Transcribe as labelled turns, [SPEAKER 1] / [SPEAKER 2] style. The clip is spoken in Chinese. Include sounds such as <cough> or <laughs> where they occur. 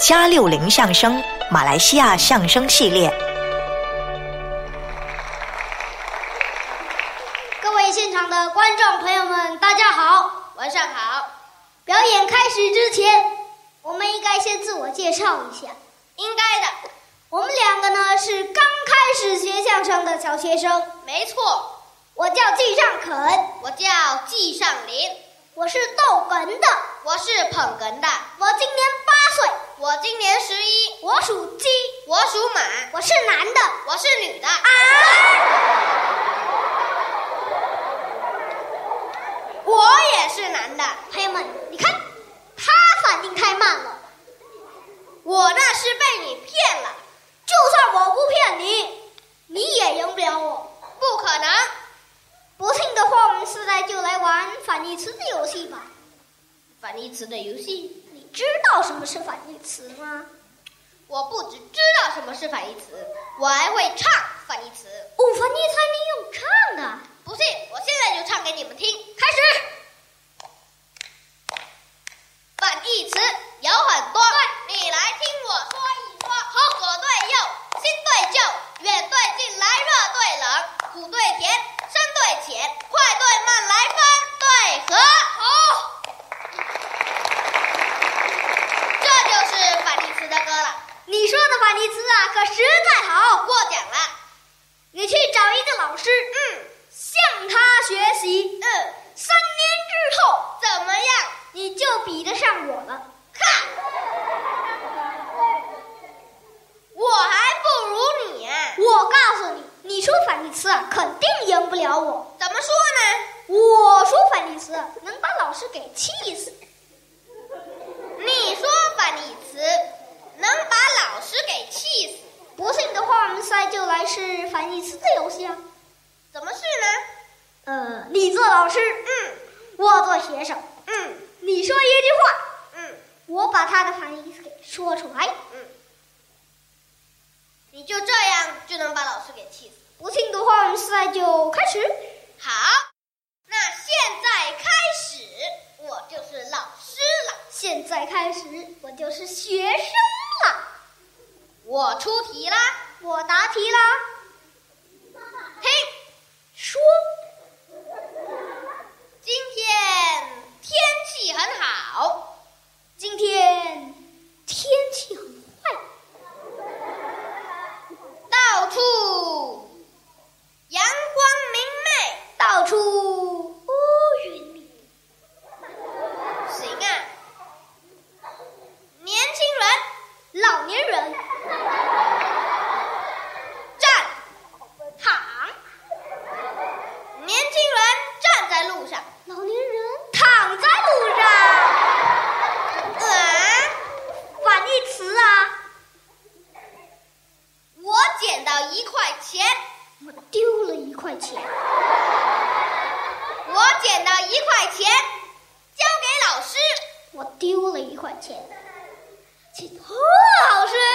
[SPEAKER 1] 加六零相声马来西亚相声系列。
[SPEAKER 2] 各位现场的观众朋友们，大家好，晚上好。表演开始之前，我们应该先自我介绍一下。应该的，我们两个呢是刚开始学相声的小学生。没错，我叫季尚肯，我叫季尚林，我是逗哏的，我是捧哏的。我今年八岁，我今年十一，我属鸡，我属马，我是男的，我是女的。啊！我也是男的。朋友们，你看，他反应太慢了。我那是被你骗了。就算我不骗你，你也赢不了我。不可能。不信的话，我们现在就来玩反义词的游戏吧。
[SPEAKER 3] 反义词的游戏，
[SPEAKER 2] 你知道什么是反义词吗？
[SPEAKER 3] 我不只知道什么是反义词，我还会唱哦反义词。
[SPEAKER 2] 五分一才能用唱的。
[SPEAKER 3] 不信，我现在就唱给你们听。
[SPEAKER 2] 开始。
[SPEAKER 3] 反义词有很多，你来听我说一说。后左对右，新对旧，远对近来，热对冷，苦对甜，深对浅，快对慢来分对合。好，这就是反义词的歌了，
[SPEAKER 2] 你说的反义词啊，可实在好。
[SPEAKER 3] 过奖了。
[SPEAKER 2] 你去找一个老师，嗯，向他学习，嗯，三年之后
[SPEAKER 3] 怎么样？
[SPEAKER 2] 你就比得上我了。
[SPEAKER 3] <laughs> 哈，我还不如你啊！
[SPEAKER 2] 我告诉你，你说反义词啊，肯定赢不了我。
[SPEAKER 3] 怎么说呢？
[SPEAKER 2] 我说反义词啊能把老师给气死。
[SPEAKER 3] 你说反义词能把老师给气死，
[SPEAKER 2] 不信的话，我们现在就来试反义词的游戏啊。
[SPEAKER 3] 怎么是呢？
[SPEAKER 2] 呃，你做老师，嗯，我做学生，嗯，你说一句话，
[SPEAKER 3] 嗯
[SPEAKER 2] 我把他的反义词给说出来。
[SPEAKER 3] 嗯，你就这样就能把老师给气死。
[SPEAKER 2] 不信的话，我们现在就开始。
[SPEAKER 3] 好，那现在开始，我就是老师了，
[SPEAKER 2] 现在开始，我就是学生了，
[SPEAKER 3] 我出题啦，
[SPEAKER 2] 我答题啦，
[SPEAKER 3] 听，
[SPEAKER 2] 说
[SPEAKER 3] 今天天气很好，
[SPEAKER 2] 今天天气很坏，
[SPEAKER 3] 到处阳光明媚。
[SPEAKER 2] 到处乌云密布。
[SPEAKER 3] 行啊，年轻
[SPEAKER 2] 老年人
[SPEAKER 3] 人站，
[SPEAKER 2] 躺，
[SPEAKER 3] 年轻人站在路上。
[SPEAKER 2] 老年人躺在路上。
[SPEAKER 3] 啊，
[SPEAKER 2] 反义词啊，
[SPEAKER 3] 我捡到一块钱，
[SPEAKER 2] 我丢了一块钱，
[SPEAKER 3] 我捡到一块钱，交给老师。
[SPEAKER 2] 我丢了一块钱。请何老师，嗯哎啊